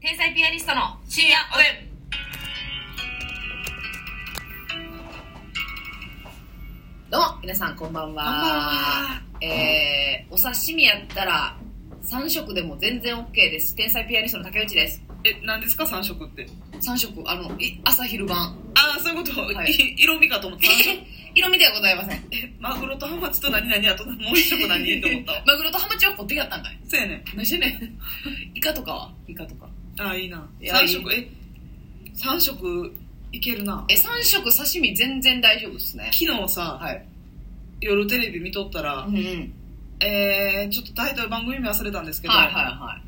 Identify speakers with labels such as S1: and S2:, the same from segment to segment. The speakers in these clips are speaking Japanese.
S1: 天才ピアニストの深夜おでん。どうも、皆さんこんばんは。
S2: こんばんは
S1: えー、お刺身やったら、3食でも全然 OK です。天才ピアニストの竹内です。
S2: え、何ですか三色って。
S1: 3食、あの、い朝昼晩。
S2: ああ、そういうこと。
S1: はい
S2: い色味かと思って三 色。
S1: 色味ではございません。。
S2: えマグロとハマチと何々あともう一色何と思った わ
S1: マグロとハマチはこってやったんかい。
S2: そうやね。
S1: 何してんねん。 イカとかはイカとか。
S2: ああ、いいな。
S1: いや
S2: 三色、え、三色いけるな。
S1: え、3食刺身全然大丈夫ですね。
S2: 昨日さ、
S1: はい。
S2: 夜テレビ見とったら、
S1: うんうん。
S2: えー、ちょっとタイトル番組名忘れたんですけど、
S1: はいは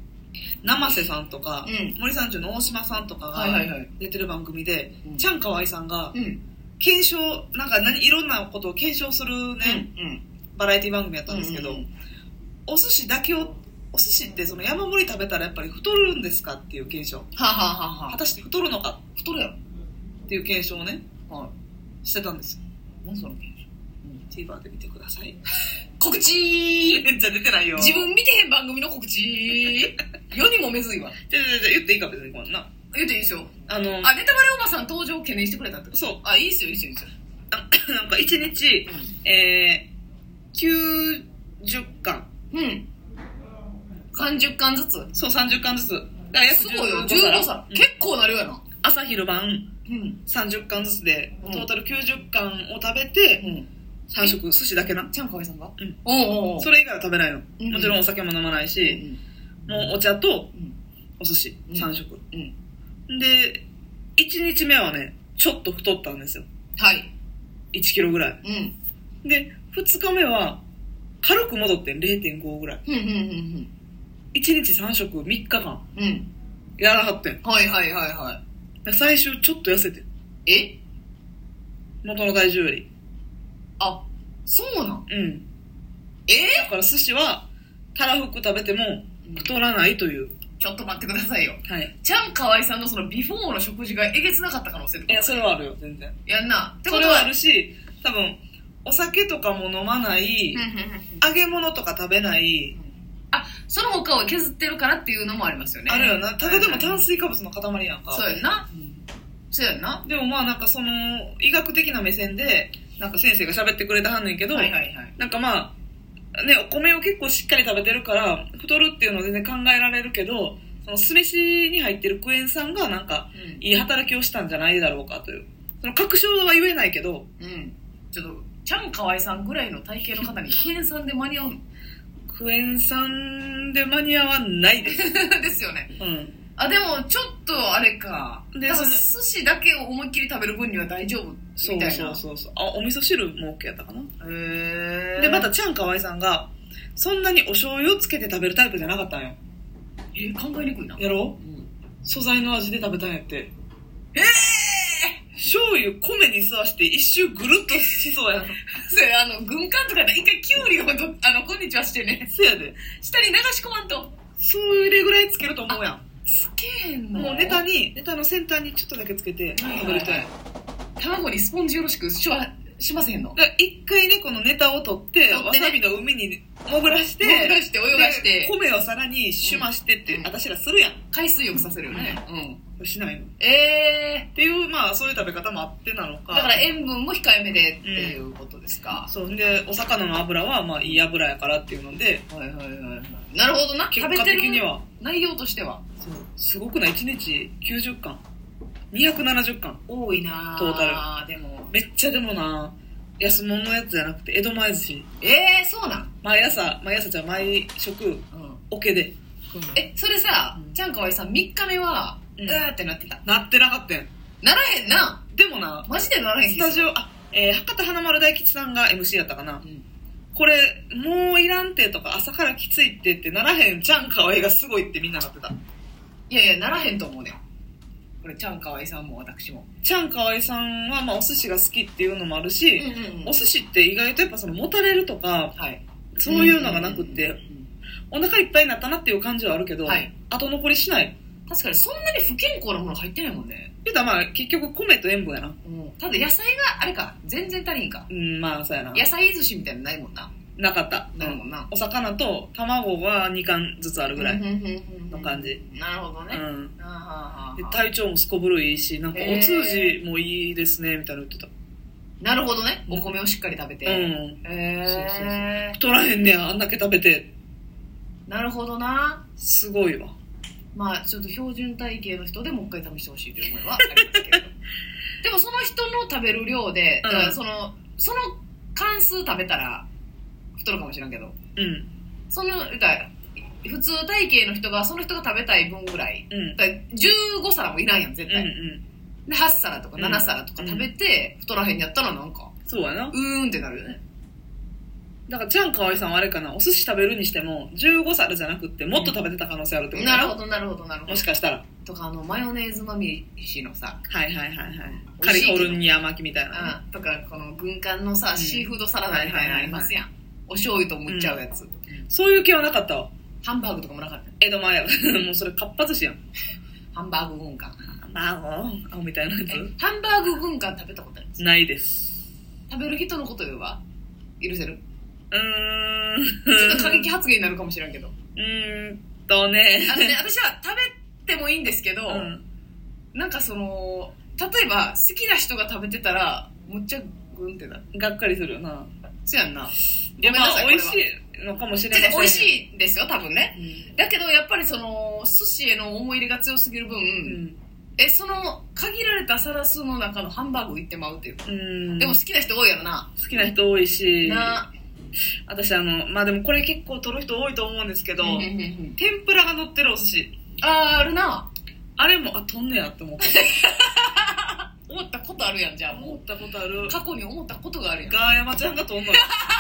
S2: 生瀬さんとか、
S1: うん
S2: 森三中の大島さんとかが
S1: はいはいはい
S2: 出てる番組で、
S1: うん
S2: ちゃんかわいさんが
S1: いはい。うん。
S2: 検証なんか何いろんなことを検証するね、
S1: うん。うん。
S2: バラエティ番組やったんですけど、
S1: うんうん
S2: お寿司だけをお寿司ってその山盛り食べたらやっぱり太るんですかっていう検証
S1: はあ、はあはあ
S2: 果
S1: はあ、
S2: たして太るのか
S1: 太るや
S2: っていう検証をね
S1: ろ。はい。
S2: してたんですよ
S1: 何その検証
S2: TVer で見てください
S1: 告知
S2: めっちゃ出てないよ
S1: 自分見てへん番組の告 知世にもめずいわ。
S2: でででで言っていいか別にこんな
S1: 言うていいですよ。
S2: あの
S1: あ、ネタバレおばさん登場懸念してくれたってこと
S2: そう
S1: あ、いいっすよ、いいっすよ、いいっすよ。
S2: あなんか一日、えー、90巻
S1: うん。30巻ずつ。
S2: そう30巻ずつだから約
S1: すごいよ、15
S2: 15皿
S1: 皿。
S2: うん
S1: 結構なるやな。
S2: 朝昼晩
S1: うん。
S2: 30巻ずつで、
S1: うん
S2: トータル90巻を食べて
S1: うん。
S2: 3食寿司だけな
S1: ちゃんかわいさんが
S2: うん。
S1: おうおうおう。
S2: それ以外は食べないの、
S1: うん
S2: もちろんお酒も飲まないうし、
S1: ん
S2: もうお茶と
S1: うん。
S2: お寿司
S1: うん
S2: 3食、
S1: うん。
S2: で1日目はねちょっと太ったんですよ
S1: はい。
S2: 1キロぐらい
S1: うん。
S2: で2日目は軽く戻ってん0.5ぐらい
S1: うん、うん、うん、
S2: 1日3食3日間
S1: うん。うん。
S2: やらはってん
S1: はいはいはいは
S2: 最終ちょっと痩せてん
S1: い。え
S2: 元の体重より
S1: あ、そうなん
S2: うん
S1: え
S2: だから寿司はたらふく食べても太らないという、
S1: ちょっと待ってくださいよ。
S2: はい
S1: ちゃんかわいさんのそのビフォーの食事がえげつなかった可能性と
S2: い
S1: か
S2: やそれはあるよ全然
S1: やんな。ってこ
S2: そ
S1: と
S2: れはあ
S1: は、
S2: るし多分お酒とかも飲まない、揚げ物とか食べない、
S1: あ、その他を削ってるからっていうのもありますよね。
S2: あるよなただでも
S1: はい
S2: 炭水化物の塊やんか
S1: そうやんな。そうやんな。
S2: でもまあなんかその医学的な目線でなんか先生が喋ってくれたはんねんけど、
S1: はいはいはい。
S2: なんかまあねお米を結構しっかり食べてるから太るっていうのは全然考えられるけどその酢飯に入ってるクエン酸がなんか
S1: う
S2: いい働きをしたんじゃないだろうかというその確証は言えないけど
S1: ん。うん。ちょっと、ちゃんかわいさんぐらいの体型の方にクエン酸で間に合うの
S2: クエン酸で間に合わない です、
S1: ですよね。
S2: うん、
S1: あ、でも、ちょっとあれか。
S2: で
S1: だから
S2: そ
S1: 寿司だけを思いっきり食べる分には大丈夫みた
S2: そ
S1: いうな。
S2: そうそうそうあお味噌汁も OK やったかな
S1: へー
S2: でまたちゃんかわいさんがそんなにお醤油をつけて食べるタイプじゃなかったんよ
S1: え、考えにくいな。
S2: やろう
S1: うん
S2: 素材の味で食べたんやって
S1: え
S2: 醤油米に吸わして一周ぐるっとしそうやん
S1: それあの軍艦とかで一回キュウリをどあのこんにちはしてね
S2: せやで
S1: 下に流し込まんと
S2: そういうれぐらいつけると思うやん
S1: つけへんの
S2: もうネタにネタの先端にちょっとだけつけて食べる人やん
S1: 卵にスポンジよろしくしわしませんの
S2: だから一回ねこのネタを取って
S1: 取っ
S2: わ
S1: てね
S2: さびの海に潜らして
S1: で泳がして泳がし
S2: で
S1: て
S2: 米をさらにシュマしてって、
S1: うん
S2: 私らするやん
S1: 海水浴させるよねうん
S2: しないのっ
S1: え
S2: ていうまあそういう食べ方もあってなの
S1: ー、
S2: か
S1: だから塩分も控えめでっていうことですか、
S2: そうでお魚の油はまあいい油やからっていうので
S1: はいはいはいはいなるほどな
S2: 結果的には
S1: 内容としては
S2: そうすごくない1日90巻270巻
S1: 多いな
S2: トー
S1: あ
S2: タ
S1: でも
S2: めっちゃでもな安物のやつじゃなくて江戸前寿司
S1: えー、そうなん、
S2: 毎朝毎朝じゃあ毎食
S1: うん、
S2: オケで
S1: えそれさ、
S2: うん
S1: ちゃんかわいさん3日目は、う
S2: うん
S1: ーってなってた
S2: なってなかったやん
S1: ならへんな
S2: でもな
S1: マジでならへん
S2: スタジ
S1: オ、
S2: オあ、えー博多華丸大吉さんが MC やったかな
S1: うん
S2: これもういらんてとか朝からきついってってならへんちゃんかわいがすごいってみんななってた
S1: いやいやならへんと思うねこれちゃんかわいさんも私も
S2: ちゃんかわいさんは、まあ、お寿司が好きっていうのもあるし、
S1: ん
S2: お寿司って意外とやっぱそのもたれるとか
S1: はい
S2: そういうのがなくって、
S1: うんうんうん
S2: お腹いっぱいになったなっていう感じはあるけど、
S1: はい
S2: 後残りしない
S1: 確かにそんなに不健康なもの入ってないもんね、
S2: 言うたらまあ結局米と塩分やな
S1: ただ野菜があれか全然足りんか
S2: うんまあそうやな
S1: 野菜寿司みたいなのないもんな
S2: なかった。
S1: なるほどな
S2: お魚と卵が2貫ずつあるぐらい
S1: い
S2: の感じ。
S1: なるほど
S2: う
S1: ね。
S2: ん。
S1: あはあは
S2: で
S1: あはあ
S2: 体調もすこぶるいいし、なんか
S1: へー
S2: お通じもいいですね、みたいなの言って
S1: なるほどね。お米をしっかり食べて。
S2: た。う
S1: へ
S2: ん。
S1: え。
S2: 太らへんねや、あんだけ食べて。
S1: なるほどな。
S2: すごいわ。
S1: まあ、ちょっと標準体型の人でもう一回試してほしいという思いはありますけれど。 でもその人の食べる量で、だからその、その関数食べたら太るかもしれんけど、
S2: うん。
S1: その、言うたら普通体型の人がその人が食べたい分ぐらい、
S2: うん。
S1: だから15皿もいらんやん、絶
S2: うんう
S1: 対。
S2: ん。
S1: で、8皿とか7皿とか食べて、太らへんやったらなんか、
S2: そうやな
S1: う。ーんってなるよね。
S2: だから、ちゃんかわいさんはあれかな、お寿司食べるにしても、15皿じゃなくって、もっと食べてた可能性あるってこと
S1: なるほど、なるほど、なるほ
S2: も
S1: ど
S2: し。かしたら。
S1: とか、あの、マヨネーズまみれしのさ、
S2: はいはいはいはい。
S1: 美
S2: カ
S1: 味
S2: リ
S1: しい
S2: フ
S1: けど
S2: ォルニア巻きみたいな。
S1: うん、とか、この軍艦のさ、
S2: ん
S1: シーフードサラダみたいなのありますやん。お醤油とむっちゃうやつ。
S2: そういう系はなかったわ。
S1: ハンバーグとかもなかった。
S2: 江戸前や。 もうそれ、かっぱ寿司やん。
S1: ハンバーグ軍艦。
S2: 孫青みたいなや
S1: えハンバーグ軍艦食べたことあります
S2: つないです。
S1: 食べる人のこと言えば許せる
S2: うーん。
S1: ちょっと過激発言になるかもしれんけど。
S2: うーんとね。
S1: あのね、私は食べてもいいんですけど、
S2: うん
S1: なんかその、例えば好きな人が食べてたら、むっちゃグンってなる。
S2: がっかりするよな。
S1: そうやんな。
S2: いや、
S1: ご
S2: ま
S1: めんな
S2: あ
S1: さい、
S2: 美味しいのかもしれません。
S1: 美味
S2: い。
S1: しいですよ、多分ね。だけどやっぱりその寿司への思い入れが強すぎる分、
S2: うん。
S1: えその限られた皿数の中のハンバーグ行ってまうっていう、
S2: うん。
S1: でも
S2: 好
S1: 好きな人多いやろな、
S2: きな人多いし、
S1: な
S2: 私あの、まあでもこれ結構取る人多いと思うんですけど、天ぷらが乗ってるお寿司。
S1: あーあるな
S2: あれも、あ、取んねやって思った。
S1: 思ったことあるやんじゃあ
S2: 思
S1: も
S2: ったことある
S1: う。過去に思ったことがあるやん
S2: ガーヤマちゃんが取んのよ。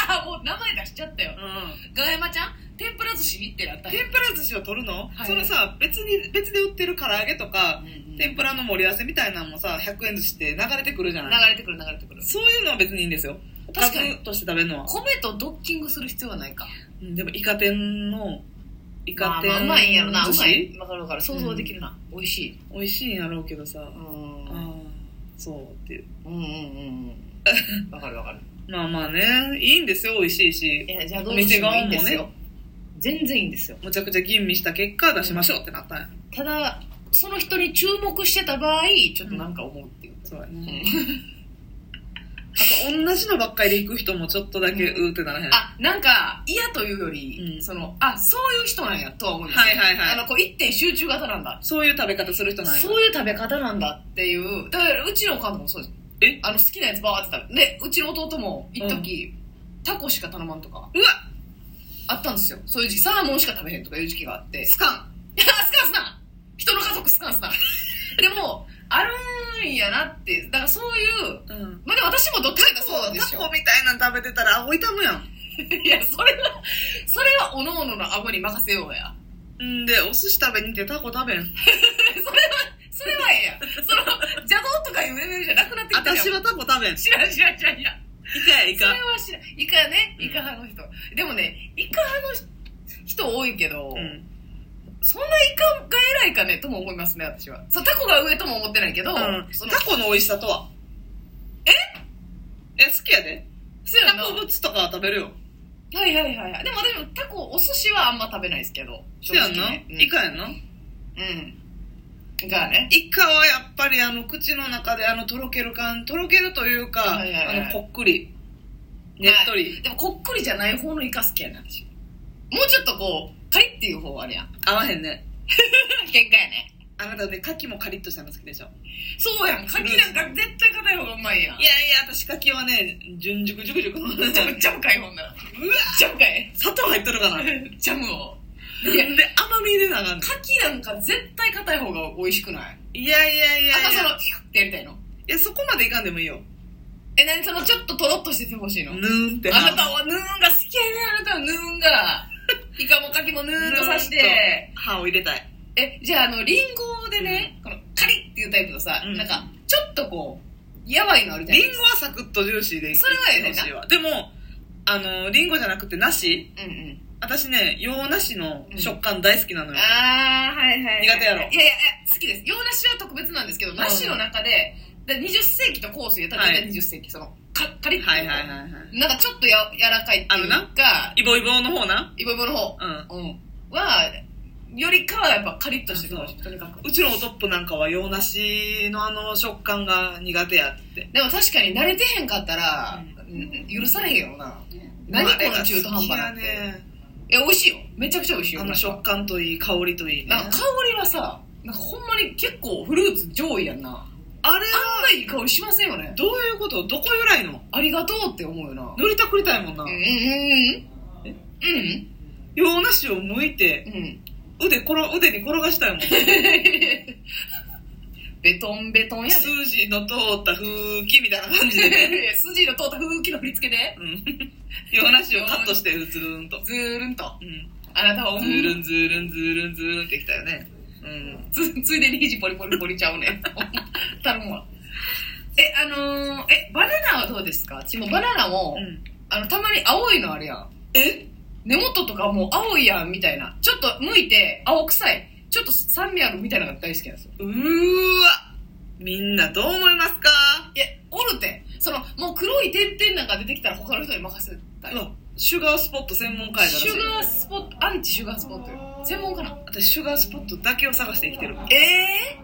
S1: あーもう名前出しちゃったよ
S2: うん。
S1: ガヤマちゃん天ぷら寿司に行ってなったんや
S2: 天ぷら寿司を取るの、
S1: はい
S2: そのさ、別に、別で売ってる唐揚げとか、天ぷらの盛り合わせみたいなのもさ、100円寿司って流れてくるじゃない
S1: 流れてくる流れてくる
S2: そういうのは別にいいんですよ。おか
S1: 確
S2: ず
S1: かに
S2: として食べるのは。
S1: 米とドッキングする必要はないか
S2: うんでも、イカ天の、イ
S1: ま
S2: カ
S1: あま
S2: 天
S1: あうまいんやろなう
S2: 寿司
S1: まいわかるわかる想像できるな、美味しい
S2: 美味しいんやろうけどさ、
S1: う
S2: あ
S1: ん
S2: あ、そうっていう。
S1: うんうんうん うんわかるわかる
S2: まあまあね、いいんですよ、美味しいし
S1: い。や、じゃあどうしてもいいんです
S2: お店側
S1: よ。全然いいんですよ。
S2: むちゃくちゃ吟味した結果出しましょうってなったんや。
S1: ただ、その人に注目してた場合、ちょっとなんか思うっていう。
S2: そうや
S1: う
S2: ね。
S1: ん
S2: あと、同じのばっかりで行く人もちょっとだけ、う
S1: う
S2: ーってならへん。
S1: あ、なんか嫌というより、
S2: うん
S1: その、あ、そういう人なんやとは思うんですよ。
S2: はいはいはい
S1: あの、こう、一点集中型なんだ。
S2: そういう食べ方する人なんや。
S1: そういう食べ方なんだっていう。だから、うちのおかんとかもそうです。
S2: え
S1: あの、好きなやつバーって食べで、うちの弟も、一時、タコしか頼まんとか、
S2: うわ
S1: あったんですよ。そういう時期、サーモンしか食べへんとかいう時期があって。
S2: スカン
S1: いや、スカンスな人の家族スカンスなでも、あるんやなって、だからそういう、
S2: うん。
S1: まあでも私もどっちかってそうなんで
S2: タ
S1: すよ
S2: コ。みたいなの食べてたら、あ、おいたむやん。
S1: いや、それは、それはおのおのの顎に任せようや。
S2: うんで、お寿司食べに行ってタコ食べん。
S1: それはええやん。その、邪道とかいうレベルじゃなくなってきたやん。
S2: 私はタコ食べん。イ
S1: 知らん知らん知らん知らん。
S2: カや、イ
S1: それ
S2: カ。
S1: は知らん。イカね、
S2: うん
S1: イカ派の人。でもね、イカ派の人人多いけど、
S2: うん。
S1: そんなイカが偉いかねとも思いますね、私は。そう、タコが上とも思ってないけど、
S2: うん
S1: その、
S2: タコの美味しさとはええ、好きやで。
S1: そうや
S2: タ
S1: な
S2: コブツとかは食べるよ。
S1: はいはいはいはい。でも私もタコ、お寿司はあんま食べないですけど。
S2: そうやんな。
S1: ねうん
S2: イカやんな。
S1: うん。がね。
S2: イカはやっぱりあの、口の中であの、とろける感、とろけるというか、
S1: はいはいはい
S2: あの、こっくり。ねっとり。
S1: でもこっくりじゃない方のイカ好きやな、私。もうちょっとこう、カリっていう方ある やん。
S2: 合わへんね。
S1: 喧嘩やね。
S2: あなたね、牡蠣もカリッとしたの好きでしょ。
S1: そうやん。カキなんか絶対硬い方がうまいやん。
S2: いやいや、私牡蠣はね、純熟熟熟。
S1: めっちゃめっちゃ深いもんな。うわちゃ深 い。
S2: 砂糖入っとるかな。で、
S1: ジャムを。いや、
S2: 甘み入れなあかんね
S1: カキなんか絶対硬い方が美味しくない
S2: んいやいやい
S1: な
S2: や
S1: んか
S2: い
S1: そ
S2: や。
S1: の、ヒュッてやりたいの。
S2: いや、そこまでいかんでもいいよ。
S1: え、なにその、ちょっとトロっとしててほしい
S2: ぬ
S1: の
S2: ーんって
S1: あなたはヌーンが好きやねあなたはヌーン が。イカもカキもヌーンと刺し
S2: ヌ
S1: て。
S2: 歯を入れたい。
S1: え、じゃああの、リンゴでね、このカリッっていうタイプのさ、
S2: うん
S1: なんか、ちょっとこう、やばいのあるじゃない
S2: リンゴはサクッとジューシーでい
S1: それはええねんな
S2: 欲しいわでも、あの、リンゴじゃなくて梨
S1: うんうん。
S2: 私ね、洋梨の食感大好きなのよ。
S1: あー、はいはいはい。
S2: 苦手やろ
S1: いやいやいや、好きです。洋梨は特別なんですけど、梨の中で、で20世紀とコース言ったら大体20世紀、その、カカリッと、
S2: はいはいはいはい。
S1: なんかちょっとや柔らかいっていう
S2: あの
S1: か
S2: イボイボの方な。
S1: イボイボの方、
S2: う
S1: う
S2: ん。
S1: ん、はよりかはやっぱカリッとしてるかもしれないとにかく
S2: うちのおトップなんかは洋梨のあの食感が苦手やって。
S1: でも確かに慣れてへんかったら、うん許されへんよな何この中途半端な
S2: なんん
S1: て
S2: ね。
S1: いや美味しいよめちゃくちゃ美味しいよ
S2: あの
S1: なんか
S2: 食感といい、香りといいね。
S1: なんか香りはさなんかほんまに結構フルーツ上位やんなあ
S2: あれは、
S1: んないい香りしませんよね
S2: どういうことどこ由来の
S1: ありがとうって思うよな
S2: 塗りたくりたいもんな
S1: うん。うん
S2: 洋梨を剥いて、
S1: うんうんうん
S2: 腕転、腕に転がしたいもん。
S1: ベトンベトンやで
S2: 筋の通った風紀みたいな感じで ね。
S1: いや筋の通った風紀の振り付けで
S2: うん。 洋梨をカットして、ズルンと。
S1: ズールンと
S2: うん。
S1: あなたは
S2: ズルンズルンズルンズルンってきたよね。うん。
S1: つついでに肘ポリポリポリちゃうね 頼むわえあのー、えバナナはどうですか私もバナナも、
S2: うん
S1: あのたまに青いのあるやん
S2: え
S1: 根元とかもう青いやんみたいなちょっと剥いて青臭いちょっと酸味あるみたいなのが大好きなんですよ
S2: うーわみんなどう思いますか
S1: いやおるてそのもう黒い点々なんか出てきたら他の人に任せたい、
S2: うわシュガースポット専門会だ
S1: シュガースポットアンチシュガースポットよ専門かな
S2: 私シュガースポットだけを探して生きてる
S1: え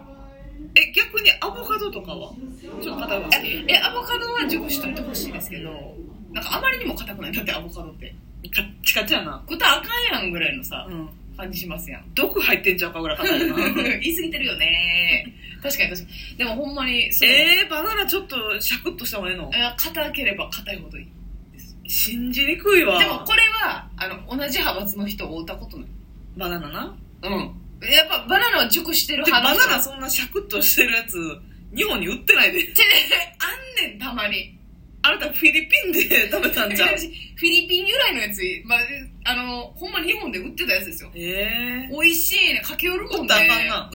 S2: え逆にアボカドとかはちょっと肩が硬
S1: ええアボカドは熟しといてほしいですけどなんかあまりにも硬くないだってアボカドって
S2: いカッチカチやな
S1: ことあかんやんぐらいのさ
S2: うん
S1: 感じしますやん
S2: 毒入ってんちゃうかぐらい硬 いな
S1: 言い過ぎてるよね確かに確かにでもほんまにそう
S2: えー、バナナちょっとシャクッとした方がいいの
S1: あ硬ければ硬いほどいい
S2: 信じにくいわ
S1: でもこれはあの同じ派閥の人を追ったことない
S2: バナナな
S1: うんやっぱバナナは熟してる
S2: でバ
S1: 派
S2: ナ
S1: の人
S2: ナそんなシャクッとしてるやつ日本に売ってないで
S1: あんねんたまに
S2: あなたフィリピンで食べたんじゃん
S1: 私フィリピン由来のやつ、まあ、あのほんまに日本で売ってたやつですよ
S2: えー、
S1: 美味しいね駆け寄るもんね
S2: 売ったらあかんな